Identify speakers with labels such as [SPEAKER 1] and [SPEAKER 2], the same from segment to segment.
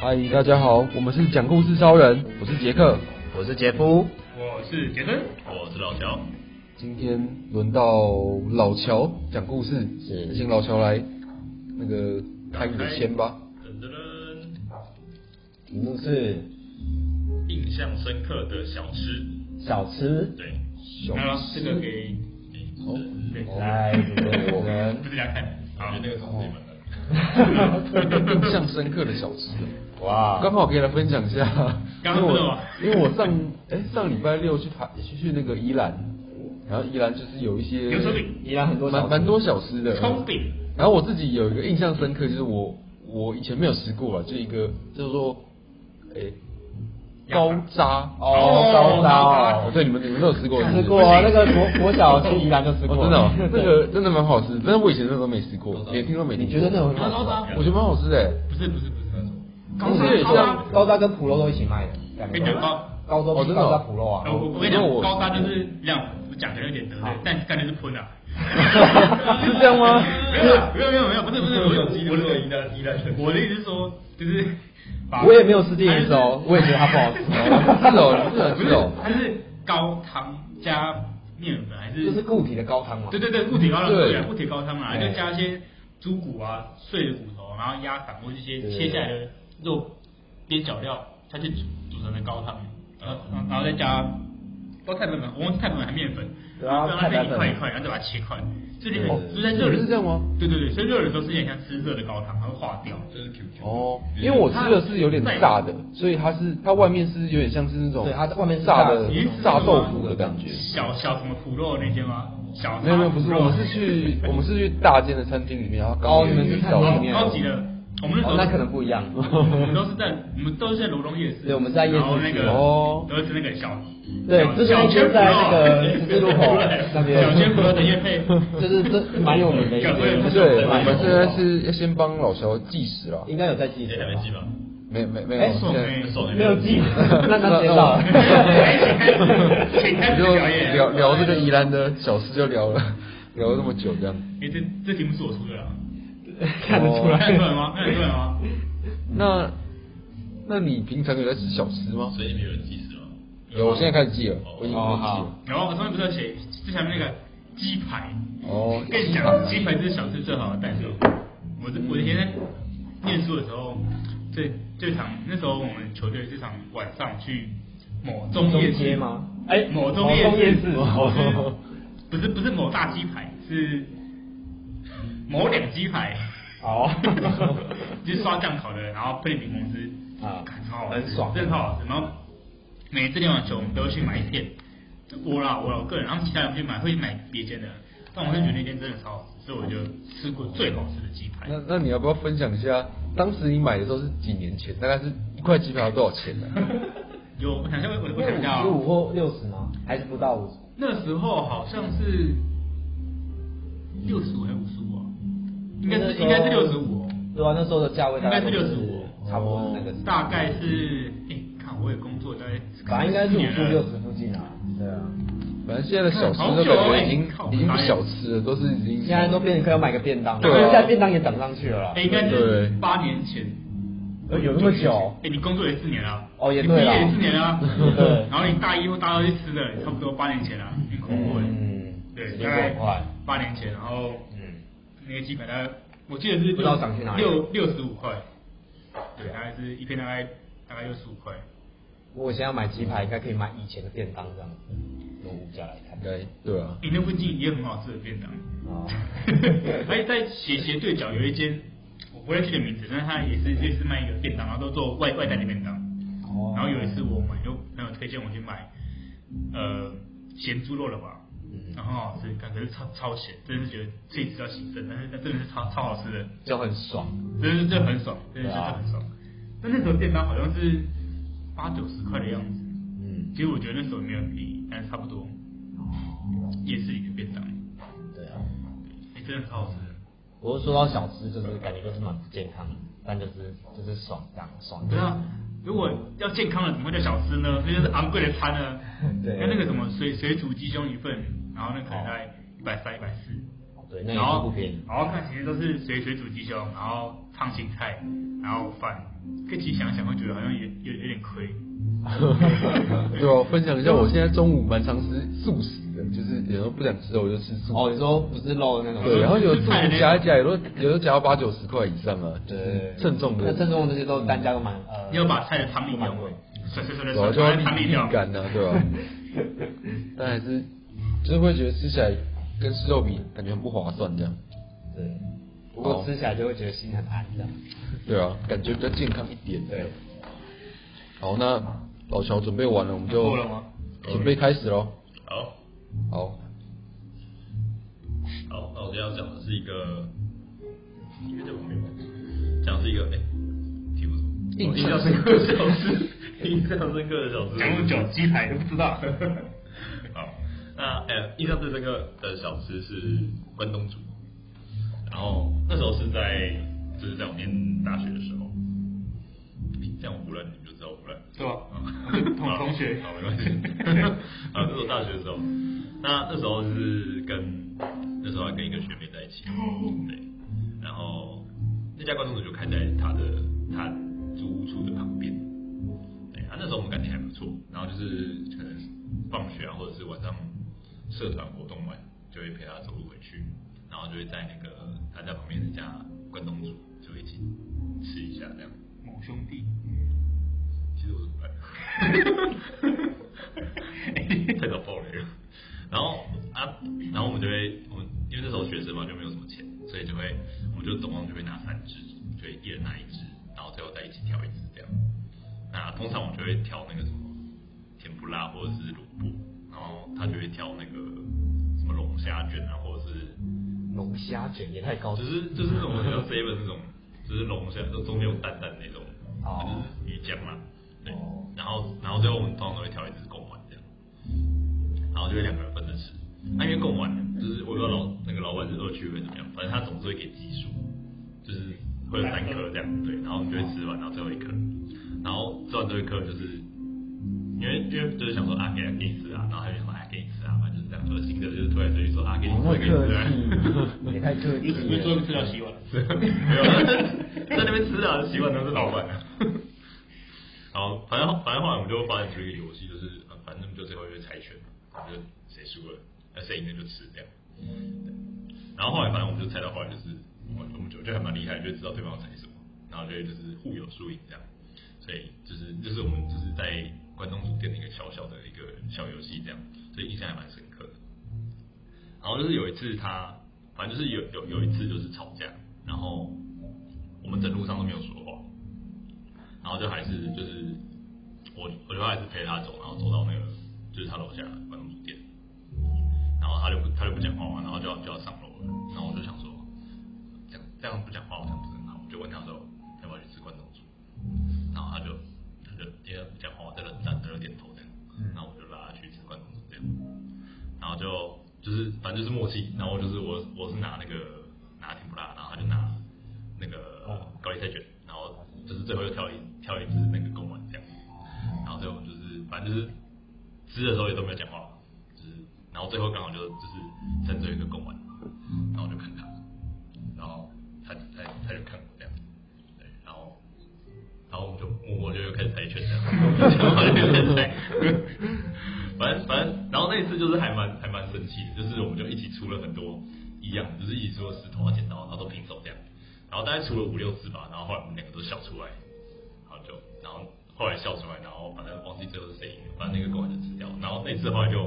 [SPEAKER 1] 嗨，大家好，我们是讲故事超人，我是杰克。
[SPEAKER 2] 我是杰夫，
[SPEAKER 3] 我是杰森，
[SPEAKER 4] 我是老乔，
[SPEAKER 1] 今天轮到老乔讲故事，
[SPEAKER 2] 是
[SPEAKER 1] 请老乔来那个开你的先吧。
[SPEAKER 4] 噔噔噔，
[SPEAKER 2] 题目是
[SPEAKER 4] 印象深刻的小吃，
[SPEAKER 2] 小吃，
[SPEAKER 4] 对，
[SPEAKER 1] 小
[SPEAKER 3] 那这个给对，
[SPEAKER 2] 来，主持人我们
[SPEAKER 3] 不是家看，
[SPEAKER 4] 啊，那个是你们的，
[SPEAKER 1] 印象深刻的小吃，
[SPEAKER 2] 哇，
[SPEAKER 1] 刚好可以来分享一下。
[SPEAKER 3] 刚
[SPEAKER 1] 因为
[SPEAKER 3] 刚不是
[SPEAKER 1] 我
[SPEAKER 3] 吗
[SPEAKER 1] 因为我上哎、上礼拜六去台去去那个宜兰，然后宜兰就是有一些
[SPEAKER 3] 牛舌饼
[SPEAKER 2] 依然很多小
[SPEAKER 1] 蛮
[SPEAKER 2] 吃
[SPEAKER 1] 蛮多小吃的
[SPEAKER 3] 葱饼。
[SPEAKER 1] 然后我自己有一个印象深刻，就是我我以前没有吃过啊，就一个叫做诶、高渣
[SPEAKER 2] 哦高渣哦
[SPEAKER 1] 对你们你们都有吃过是不是
[SPEAKER 2] 吃过啊那个国国小去宜兰就吃
[SPEAKER 1] 哦
[SPEAKER 2] 过，啊
[SPEAKER 1] 真的哦， 那
[SPEAKER 2] 对
[SPEAKER 1] 个真的蛮好吃，但是我以前真的都没吃过，也听都没听
[SPEAKER 2] 你
[SPEAKER 1] 过。
[SPEAKER 2] 觉得那种很
[SPEAKER 3] 高
[SPEAKER 2] 好吃吗？
[SPEAKER 3] 渣
[SPEAKER 1] 我觉得蛮好吃的欸，
[SPEAKER 3] 不是不是不是那种，
[SPEAKER 1] 高渣
[SPEAKER 3] 是
[SPEAKER 1] 高渣
[SPEAKER 2] 高渣跟普肉都一起卖的，两个
[SPEAKER 3] 跟你讲高
[SPEAKER 2] 高
[SPEAKER 1] 哦真
[SPEAKER 2] 中
[SPEAKER 1] 的
[SPEAKER 2] 高
[SPEAKER 1] 哦
[SPEAKER 2] 渣普肉啊
[SPEAKER 3] 呃，我我跟你
[SPEAKER 1] 那
[SPEAKER 3] 讲，
[SPEAKER 1] 我
[SPEAKER 3] 高渣就是这样，我讲的有点得罪
[SPEAKER 2] 好，
[SPEAKER 3] 但感觉是喷啊。
[SPEAKER 1] 是这样吗
[SPEAKER 3] 没有啦没有没有没有，不是不是，我有我的宜兰宜兰我的意思是说，就是把
[SPEAKER 2] 我也没有吃第一次哦，我也觉得它不好吃
[SPEAKER 1] 哦是哦是哦
[SPEAKER 3] 不
[SPEAKER 1] 是
[SPEAKER 3] 是
[SPEAKER 1] 哦，，
[SPEAKER 3] 它是高汤加面粉还是
[SPEAKER 2] 就是固体的高汤嘛，
[SPEAKER 3] 对对对，固体高汤
[SPEAKER 1] 对
[SPEAKER 3] 对啊，固体高汤嘛，
[SPEAKER 2] 对
[SPEAKER 3] 就加一些猪骨啊、碎的骨头，然后鸭掌或者一些切下来的肉边角料，下去煮煮成的高汤，然后然后再加不知道太粉粉，我忘记太粉粉还是面粉，
[SPEAKER 2] 对啊
[SPEAKER 3] 然后让它变一
[SPEAKER 2] 太白粉
[SPEAKER 3] 块一块，然后再把它切块，所以你
[SPEAKER 1] 哦
[SPEAKER 3] 很就在热的
[SPEAKER 1] 是这样吗？
[SPEAKER 3] 对对对，所以热的时候吃起来像吃热的高汤，它会化掉。
[SPEAKER 4] 就是 QQ，
[SPEAKER 1] 哦，因为我吃的是有点炸的，所以它是它外面是有点像是那种
[SPEAKER 2] 对它外面是
[SPEAKER 1] 炸
[SPEAKER 2] 炸的
[SPEAKER 1] 的
[SPEAKER 3] 你是吃
[SPEAKER 1] 炸
[SPEAKER 3] 那个
[SPEAKER 1] 豆
[SPEAKER 3] 吗
[SPEAKER 1] 腐的感觉。
[SPEAKER 3] 小小什么土肉那些吗？小
[SPEAKER 1] 没有没有不是，
[SPEAKER 3] 土肉啊
[SPEAKER 1] 我们是去我们是去大间的餐厅里面，然后刚好
[SPEAKER 2] 哦你们
[SPEAKER 1] 有
[SPEAKER 2] 是
[SPEAKER 1] 一
[SPEAKER 2] 餐
[SPEAKER 1] 道
[SPEAKER 2] 厅
[SPEAKER 1] 菜
[SPEAKER 2] 里面
[SPEAKER 3] 啊高高级的，我们那时
[SPEAKER 2] 哦
[SPEAKER 3] 候
[SPEAKER 2] 那可能不一样，
[SPEAKER 3] 我们都是在我们都是在罗东夜市，
[SPEAKER 2] 对我们是在夜市
[SPEAKER 3] 然后那
[SPEAKER 2] 区
[SPEAKER 3] 个
[SPEAKER 1] 哦
[SPEAKER 3] 都是那个小，
[SPEAKER 2] 对
[SPEAKER 3] 小
[SPEAKER 2] 就是
[SPEAKER 3] 小
[SPEAKER 2] 那
[SPEAKER 3] 千
[SPEAKER 2] 间在那个十字路口那边
[SPEAKER 3] 小千佛的夜配，
[SPEAKER 2] 就是这蛮有名的一间，
[SPEAKER 1] 对，我
[SPEAKER 2] 蛮有
[SPEAKER 1] 们
[SPEAKER 2] 名
[SPEAKER 1] 现
[SPEAKER 2] 的
[SPEAKER 1] 在是要先帮老乔计时了，
[SPEAKER 2] 应该有在记
[SPEAKER 4] 你
[SPEAKER 2] 得
[SPEAKER 4] 在
[SPEAKER 2] 吧
[SPEAKER 4] 哪边记吧？
[SPEAKER 1] 没没没有
[SPEAKER 2] 哎，
[SPEAKER 1] 现在
[SPEAKER 3] 送哎
[SPEAKER 4] 手那边
[SPEAKER 2] 没有记，那那知 道
[SPEAKER 1] 那
[SPEAKER 2] 了。
[SPEAKER 3] 请开
[SPEAKER 1] 我
[SPEAKER 3] 始
[SPEAKER 1] 就
[SPEAKER 3] 表演。
[SPEAKER 1] 聊聊这个宜兰的小事，就聊了聊了那么久这样。
[SPEAKER 3] 哎，这这题目是我出的啊啦，
[SPEAKER 2] 看得出
[SPEAKER 1] 哦
[SPEAKER 2] 来，
[SPEAKER 3] 看得出来吗？看得出来 吗？
[SPEAKER 1] 那那你平常有在吃小吃吗？
[SPEAKER 4] 所以你们有人记死吗？
[SPEAKER 1] 有，我现在开始记了，我已经
[SPEAKER 2] 哦
[SPEAKER 1] 忘记
[SPEAKER 2] 好
[SPEAKER 1] 了。
[SPEAKER 3] 然后我上面不是有写最前面那个鸡排，
[SPEAKER 1] 哦，
[SPEAKER 3] 跟你讲，鸡排就是小吃最好的代表。我这我以前在念书的时候，最最常那时候我们球队最常晚上去某中夜
[SPEAKER 2] 中
[SPEAKER 3] 市
[SPEAKER 2] 街吗哎
[SPEAKER 3] 某中
[SPEAKER 2] 某
[SPEAKER 3] 夜
[SPEAKER 2] 中夜市
[SPEAKER 3] 市， 不是不是某大鸡排，是某两鸡排。
[SPEAKER 2] 哦
[SPEAKER 3] 就是刷酱烤的，然后配柠檬汁，
[SPEAKER 2] 啊
[SPEAKER 3] 干超好吃，
[SPEAKER 2] 很爽
[SPEAKER 3] 真的超好吃。然后每次练完球，我们都会去买一片。我啦，我啦，我个人，然后其他人去买会买别间的，但我是觉得那间真的超好吃，所以我就吃过最好吃的鸡排。
[SPEAKER 1] 那那你要不要分享一下，当时你买的时候是几年前？大概是一块鸡排要多少钱 呢、
[SPEAKER 3] 有，我想一下，我我想一下、
[SPEAKER 2] 十五
[SPEAKER 3] 哦，
[SPEAKER 2] 或六十吗？还是不到五十？
[SPEAKER 3] 那时候好像是六十五还是五十五啊？应该是应该是六十五，哦
[SPEAKER 2] 对啊，那时候的价位大概都
[SPEAKER 3] 应该是65
[SPEAKER 2] 差不多是那个价，
[SPEAKER 3] 大概是，哎、看我也工作大概，
[SPEAKER 2] 反正应该是五
[SPEAKER 3] 年
[SPEAKER 2] 十
[SPEAKER 3] 了
[SPEAKER 2] 六十附近啊。对啊，
[SPEAKER 1] 反正现在的小吃都感觉已经已经不小吃了，都是已经
[SPEAKER 2] 现在都变成可以买个便当了，
[SPEAKER 1] 对啊
[SPEAKER 2] 因为现在便当也涨上去了啦
[SPEAKER 3] 哎、。应该
[SPEAKER 1] 对
[SPEAKER 3] 是八年前。
[SPEAKER 2] 呃有那么久
[SPEAKER 3] 哎、你工作也四年了。
[SPEAKER 2] 哦也
[SPEAKER 3] 你
[SPEAKER 2] 对
[SPEAKER 3] 毕
[SPEAKER 2] 啦
[SPEAKER 3] 业也四年了。
[SPEAKER 2] 对
[SPEAKER 3] 然后你大一或大二去吃的，差不多八年前了，很恐怖哎。
[SPEAKER 2] 嗯时
[SPEAKER 3] 对，
[SPEAKER 2] 间
[SPEAKER 3] 大
[SPEAKER 2] 过得
[SPEAKER 3] 概
[SPEAKER 2] 很快
[SPEAKER 3] 八年前，然后
[SPEAKER 2] 嗯，
[SPEAKER 3] 那个鸡排大概，我记得是
[SPEAKER 2] 不知道涨去哪里
[SPEAKER 3] 六六十五块。对，大概是一片大概大概六十五块。
[SPEAKER 2] 如果现在要买鸡排，应该可以买以前的便当这样子，用物价来看
[SPEAKER 1] 应。该对啊，
[SPEAKER 3] 你那附近也有很好吃的便当。
[SPEAKER 2] 哦
[SPEAKER 3] 而且在斜斜对角有一间，我不会记得名字，但是它也是也是卖一个便当，然后都做外外带的便当。
[SPEAKER 2] 哦
[SPEAKER 3] 然后有一次我们有朋友推荐我去买，呃，咸猪肉了吧，
[SPEAKER 2] 嗯
[SPEAKER 3] 然后很好吃，感觉是超超咸，真的是觉得自己吃到兴奋，但是但真的是超超好吃的，
[SPEAKER 2] 就很爽。
[SPEAKER 3] 真的是这很爽，真的是
[SPEAKER 2] 对啊
[SPEAKER 3] 很爽。但那时候便当好像是八九十块的样子，
[SPEAKER 2] 嗯，
[SPEAKER 3] 其实我觉得那时候没有很便宜，但是差不多，夜市里的便当，
[SPEAKER 2] 对啊。
[SPEAKER 3] 哎、真的超好吃的。
[SPEAKER 2] 不过说到小吃，就是感觉就是蛮不健康的，但就是就是爽这样爽。
[SPEAKER 3] 对啊，如果要健康的，怎么会叫小吃呢？那就是昂贵的餐呢。
[SPEAKER 2] 对
[SPEAKER 3] 跟那个什么水水煮鸡胸一份，然后那可能在一百三、一百四。
[SPEAKER 2] 对，那也
[SPEAKER 3] 然
[SPEAKER 2] 是
[SPEAKER 3] 后
[SPEAKER 2] 不便宜。
[SPEAKER 3] 然后看其实都是水水煮鸡胸，然后烫青菜，然后饭。这其实想想会觉得好像也有有点亏。
[SPEAKER 1] 对啊吧？我分享一下，我现在中午蛮常吃素食的，就是有时候不想吃肉我就吃素。
[SPEAKER 2] 哦，你说不是肉的那种？
[SPEAKER 1] 对，然后有素
[SPEAKER 3] 菜
[SPEAKER 1] 食
[SPEAKER 3] 呢
[SPEAKER 1] 夹一夹，有时候有时候夹到八九十块以上啊，就
[SPEAKER 2] 对
[SPEAKER 1] 是，称重的
[SPEAKER 2] 那，称重的这些都单价都蛮呃，
[SPEAKER 3] 你要把菜的汤里
[SPEAKER 2] 都
[SPEAKER 3] 掉
[SPEAKER 2] 蛮贵。，
[SPEAKER 3] 水水水的
[SPEAKER 1] 然后
[SPEAKER 3] 水
[SPEAKER 1] 啊就要
[SPEAKER 3] 在汤里
[SPEAKER 1] 沥
[SPEAKER 3] 掉
[SPEAKER 1] 沥。干呐，啊对吧？但还是就是会觉得吃起来跟吃肉比，感觉很不划算这样，
[SPEAKER 2] 对，不过吃起来就会觉得心很安这样。
[SPEAKER 1] 对啊，感觉比较健康一点。
[SPEAKER 2] 对，
[SPEAKER 1] 好，那老乔准备完了，我们就
[SPEAKER 3] 过了吗
[SPEAKER 1] 准备开始喽。
[SPEAKER 4] 好，
[SPEAKER 1] 好，
[SPEAKER 4] 好，那我今天要讲的是一个，应该叫什么？讲的是一个，哎、题目什么？哦
[SPEAKER 1] 印
[SPEAKER 4] 印
[SPEAKER 1] 象
[SPEAKER 4] 象
[SPEAKER 1] 深
[SPEAKER 4] 深刻的小吃，印象深刻的小吃。
[SPEAKER 3] 讲那么久，鸡排都不知道。
[SPEAKER 4] 好，那哎、印象最深刻的小吃是关东煮，然后那时候是在就是在我念大学的时候，这样我胡乱你们就知道我胡乱。
[SPEAKER 3] 对吧
[SPEAKER 4] 嗯
[SPEAKER 3] 同同学
[SPEAKER 4] 好，没 关系。啊，那时候大学的时候，那那时候是跟那时候还跟一个学妹在一起，
[SPEAKER 3] 哦
[SPEAKER 4] 对，然后那家关东煮就开在她的她租屋处的旁边，对啊，那时候我们感情还不错，然后就是可能放学啊，或者是晚上社团活动完，就会陪她走路回去，然后就会在那个她在旁边那家关东煮就一起吃一下这样。
[SPEAKER 3] 某兄弟，
[SPEAKER 4] 其实我是不笨，太早爆雷了。然后啊，然后我们就会，我们因为那时候学生嘛，就没有什么钱，所以就会，我们就总共就会拿三只，就一人拿一只，然后最后再一起挑一只这样。那通常我们就会挑那个什么甜不辣或者是萝卜，然后他就会挑那个什么龙虾卷啊，或者是
[SPEAKER 2] 龙虾卷也太高级
[SPEAKER 4] 就。是就是那种像 seven 那种，就是龙虾，就中间有蛋蛋那种，
[SPEAKER 2] 哦
[SPEAKER 4] 就是鱼浆嘛。对
[SPEAKER 2] 哦，
[SPEAKER 4] 然后然后最后我们通常都会挑一只贡丸这样，然后就会两个人分着吃。那、因为贡丸就是我不知道老那个老板是二区会怎么样，反正他总是会给奇数，就是会有三颗这样，对，然后你就会吃完，然后最后一颗，然后吃完最后一颗就是。因为因为就是想说啊，给他给你吃啊，然后他就说啊，给你吃啊，反正就是这样恶心的，就是推来推去说啊，给你吃，给你吃、啊。
[SPEAKER 2] 也太客气
[SPEAKER 3] 你只会
[SPEAKER 2] 了。
[SPEAKER 3] 做治疗洗碗。
[SPEAKER 4] 没有，在那边吃的、啊、习惯都是老板、啊。然后反正反正后来我们就发展出一个游戏，就是呃反正就最后就猜拳嘛，就谁输了，那谁赢了就吃掉。对然后后来反正我们就猜到后来就是我们我们就就还蛮厉害，就知道对方要猜什么，然后就就是互有输赢这样。所以就是就是我们就是在关东煮店的一个小小的一个小游戏这样，所以印象还蛮深刻的。然后就是有一次他，反正就是有有有一次就是吵架，然后我们整路上都没有说话，然后就还是就是我我就还是陪他走，然后走到那个就是他楼下的关东煮店，然后他就不他就不讲话嘛，然后就要就要上楼了，然后我就想说，这样这样不讲话好像不是很好，我就问他说要不要去吃关东煮，然后他就他就因为不讲话，在那站在那点头这样，然后我就拉他去吃关东煮这样，然后就就是反正就是默契，然后就是我我是拿那个拿甜不辣，然后他就拿那个高丽菜卷，然后就是最后又挑一挑一只那个公碗这样，然后最后就是反正就是吃的时候也都没有讲话，就是然后最后刚好就就是剩最后一个公碗，然后我就看他，然后他他他就看我这样，对，然后然后我们就默默就又开始猜拳这样，然后就开始猜，反正反正，然后那一次就是还蛮还蛮神奇的，就是我们就一起出了很多一样，就是一起出了石头啊、剪刀啊，然后都平手这样，然后大概出了五六次吧，然后后来我们两个都笑出来，然后就然后后来笑出来，然后反正忘记最后是谁赢了，反正那个公完就吃掉，然后那次后来就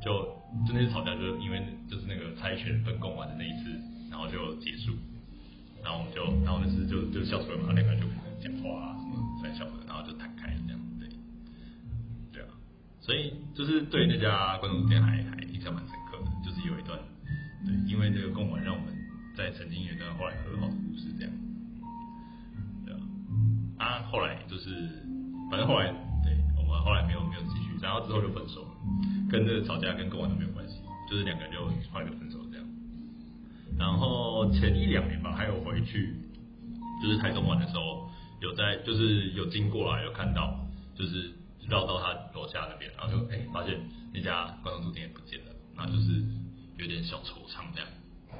[SPEAKER 4] 就就那次吵架就是因为就是那个猜拳分公完的那一次，然后就结束。然后我们就，然后那次就就笑出来嘛，然后两个人就开始讲话啊什么三小的，然后就摊开这样，对，对啊，所以就是对那家关东煮店还还印象蛮深刻的，就是有一段，对，因为这个贡丸让我们在曾经有一段后来和好的故事这样，对啊，啊后来就是，反正后来对我们后来没有没有继续，然后之后就分手了，跟这个吵架跟贡丸都没有关系，就是两个人就后来就分手这样。然后前一两年吧，还有回去，就是台中玩的时候，有在就是有经过啊，有看到，就是绕到他楼下那边，然后就哎、发现那家关东煮店也不见了，那就是有点小惆怅这样，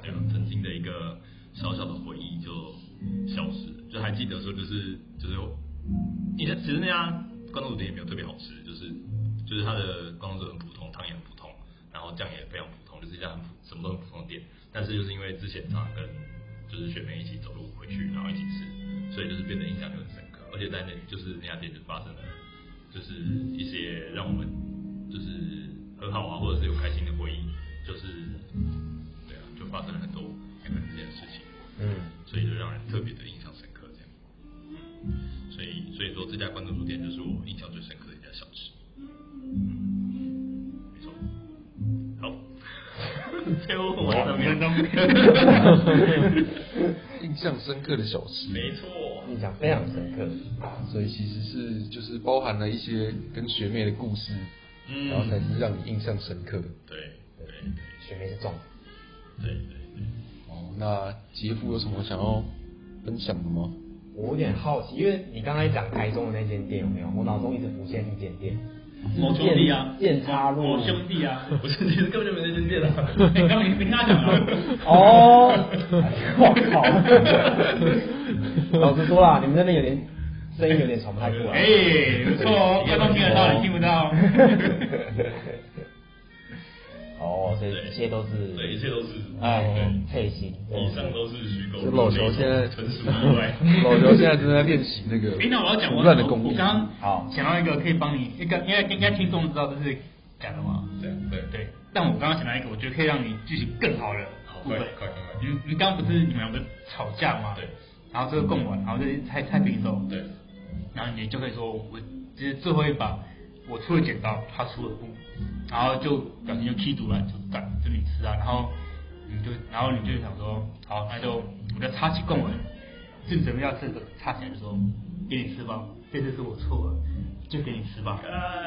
[SPEAKER 4] 那种曾经的一个小小的回忆就消失了，就还记得说就是就是，因为其实那家关东煮店也没有特别好吃，就是就是它的关东煮很普通，汤也很普通，然后酱也非常普通，就是一家很普什么都很普通的店，但是就是因为之前常常跟就是学妹一起走路回去，然后一起吃，所以就是变得印象就很深刻，而且在那里就是那家店就发生了。就是一些让我们就是很好啊，或者是有开心的回忆，就是对啊，就发生了很多很多这件事情，
[SPEAKER 2] 嗯，
[SPEAKER 4] 所以就让人特别的印象深刻这样。嗯所以所以说这家关东煮店就是我印象最深刻的一家小吃。嗯，没错。好，最后我
[SPEAKER 1] 哦
[SPEAKER 4] 的名
[SPEAKER 1] 印象深刻的小吃，
[SPEAKER 4] 没错，
[SPEAKER 2] 印象非常深刻。
[SPEAKER 1] 所以其实是就是包含了一些跟学妹的故事，
[SPEAKER 4] 嗯
[SPEAKER 1] 然后才是让你印象深刻。
[SPEAKER 4] 对对
[SPEAKER 2] 学妹是重点，
[SPEAKER 4] 对对对。
[SPEAKER 1] 哦，那杰夫有什么想要分享的 吗？
[SPEAKER 2] 我有点好奇，因为你刚才讲台中的那间店有没有？我脑中一直浮现一间店，
[SPEAKER 3] 某兄弟啊，
[SPEAKER 4] 嗯
[SPEAKER 2] 燕叉路
[SPEAKER 3] 某兄弟 啊，
[SPEAKER 4] 不是，其实根本就没那间 店啊了。
[SPEAKER 3] 哎刚你跟他讲了，
[SPEAKER 2] 哦， 我 靠！老实说啦，你们那边有点声音有点传不太过来。
[SPEAKER 3] 哎，不错 哦，观众听得到，你听不到。
[SPEAKER 2] 哦，所以一切都是
[SPEAKER 4] 对，一切都是
[SPEAKER 2] 哎配型。
[SPEAKER 4] 以上都是虚构
[SPEAKER 1] 哎这，老乔现在
[SPEAKER 4] 纯属意外。
[SPEAKER 1] 老刘现在正在练习那个
[SPEAKER 3] 哎，那我要讲我
[SPEAKER 1] 胡乱的功
[SPEAKER 3] 我
[SPEAKER 1] 力。
[SPEAKER 3] 刚
[SPEAKER 2] 好
[SPEAKER 3] 刚想到一个可以帮你，一个应该应该听众知道这是假的嘛？
[SPEAKER 4] 对对对，
[SPEAKER 3] 对，但我刚刚想到一个，我觉得可以让你剧情更好的
[SPEAKER 4] 好
[SPEAKER 3] 部分
[SPEAKER 4] 快快快快
[SPEAKER 3] 你你刚刚不是你们两个吵架吗？
[SPEAKER 4] 对。
[SPEAKER 3] 然后这个供完，然后就是猜猜平手。
[SPEAKER 4] 对。
[SPEAKER 3] 然后你就可以说，我就是最后一把，我出了剪刀，他出了布，然后就表情就踢足了，就干，就你吃啊，然后你就，然后你就想说，好，那就我就插起供完，正准备要吃的插起来就说，给你吃吧，这次是我错了，就给你吃吧。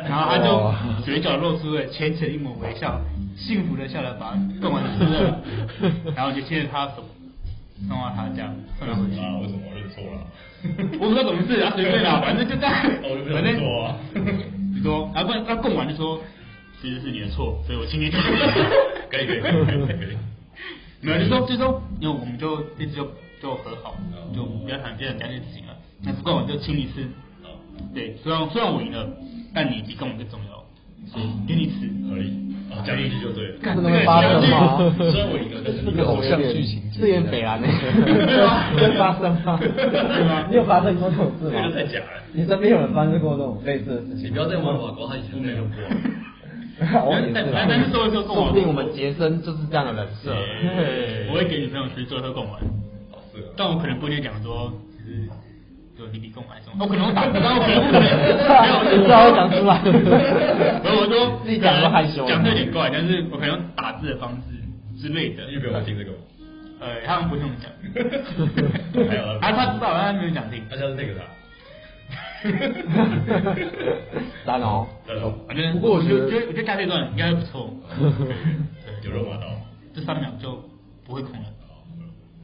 [SPEAKER 3] 然后他
[SPEAKER 1] 哇
[SPEAKER 3] 就嘴角露出了浅浅一抹微笑，幸福的笑了，把供完吃了，然后就牵着他的手，送到他家，送他回去。
[SPEAKER 4] 啊，为什么我认错了？
[SPEAKER 3] 我不知道怎么治啊，随便啦，反正就这样。
[SPEAKER 4] 我就不
[SPEAKER 3] 反
[SPEAKER 4] 想
[SPEAKER 3] 正
[SPEAKER 4] 做啊
[SPEAKER 3] 你说，啊不然要供完就说，其实是你的错，所以我请 你讲。
[SPEAKER 4] 可以可以可以 可以可以。
[SPEAKER 3] 没有，就说就说，因为我们就这次就就和好，就不要谈这种家事情了。那不管我就请你吃，
[SPEAKER 4] 好，
[SPEAKER 3] 对，虽然虽然我赢了，但你比跟我更重要，所以给你吃。
[SPEAKER 4] 合理。啊，讲一句就对了。
[SPEAKER 2] 真的会发生吗？
[SPEAKER 4] 虽然我赢了，但是
[SPEAKER 1] 一 个偶像剧情节
[SPEAKER 2] 是演北兰呢？会发生吗？你有发生过这种事
[SPEAKER 4] 这
[SPEAKER 2] 吗
[SPEAKER 4] 个？太假了。
[SPEAKER 2] 啊你身边有人发生过这种类似的事情？
[SPEAKER 4] 你不要再问瓦瓜，他以前没有过。
[SPEAKER 2] 我也是啦
[SPEAKER 3] 但但是说一 说
[SPEAKER 2] 说不定我们杰森就是这样的人设。
[SPEAKER 3] 我会给女朋友吃最后供完，
[SPEAKER 4] 哦，是啊。
[SPEAKER 3] 但我可能不会讲说，其实就你比供完重要。我可能会打字， 但我可能不可能，没有，
[SPEAKER 2] 你知道我讲出来。
[SPEAKER 3] 然后我说
[SPEAKER 2] 自己讲都害羞了
[SPEAKER 3] 讲的有点怪，但是我可能用打字的方式之类的。
[SPEAKER 4] 日本会听这个吗？
[SPEAKER 3] 呃，他们不会这么讲。
[SPEAKER 4] 还有
[SPEAKER 3] 啊，他知道，但他没有讲 听。
[SPEAKER 4] 他像是那个啥。
[SPEAKER 2] 三 哦，
[SPEAKER 4] 大佬，
[SPEAKER 3] 呃反正
[SPEAKER 1] 不过我
[SPEAKER 3] 我
[SPEAKER 1] 觉得
[SPEAKER 3] 我觉得我觉得加这一段应该不错，
[SPEAKER 4] 有肉麻到。
[SPEAKER 3] 这三秒就不会空了。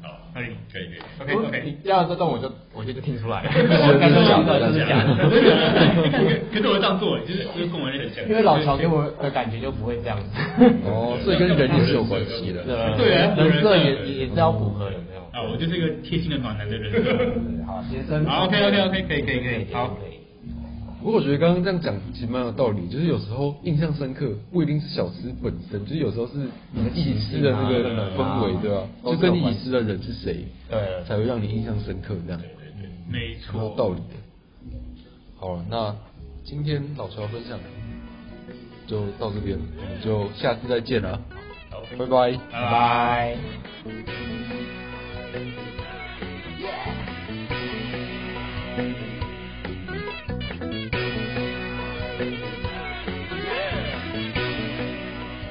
[SPEAKER 4] 好，
[SPEAKER 3] 可以
[SPEAKER 4] 可以可以。
[SPEAKER 3] OK
[SPEAKER 2] 你
[SPEAKER 3] OK。
[SPEAKER 2] 要这段我就我就听出 来了，
[SPEAKER 1] 是
[SPEAKER 2] 感觉
[SPEAKER 1] 假
[SPEAKER 2] 讲
[SPEAKER 1] 的
[SPEAKER 2] 的是假
[SPEAKER 1] 真
[SPEAKER 2] 的，
[SPEAKER 3] 可是我会这样做，就是就是跟我有点像。
[SPEAKER 2] 因为老乔给我的感觉就不会这样子。
[SPEAKER 1] 哦，所以跟人也是有关系的。
[SPEAKER 3] 对啊
[SPEAKER 2] 人设也也也是要符合有没有？
[SPEAKER 3] 啊，我就是一个贴心的暖男的人设。
[SPEAKER 2] 对好，杰森。
[SPEAKER 3] 好，OK OK OK，可以可以可以，好。
[SPEAKER 1] 不过我觉得刚刚这样讲其实蛮有道理，就是有时候印象深刻不一定是小吃本身，就是有时候是你一起吃的那个氛围，啊哦对吧、就跟你一起吃的人是谁，
[SPEAKER 2] 对
[SPEAKER 1] 才会让你印象深刻，这样
[SPEAKER 3] 没
[SPEAKER 1] 蛮有
[SPEAKER 3] 错。
[SPEAKER 1] 道理的。好，啊那今天老乔分享就到这边，我们就下次再见了，
[SPEAKER 4] 好，
[SPEAKER 1] 拜拜。
[SPEAKER 3] 拜拜。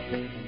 [SPEAKER 5] Thank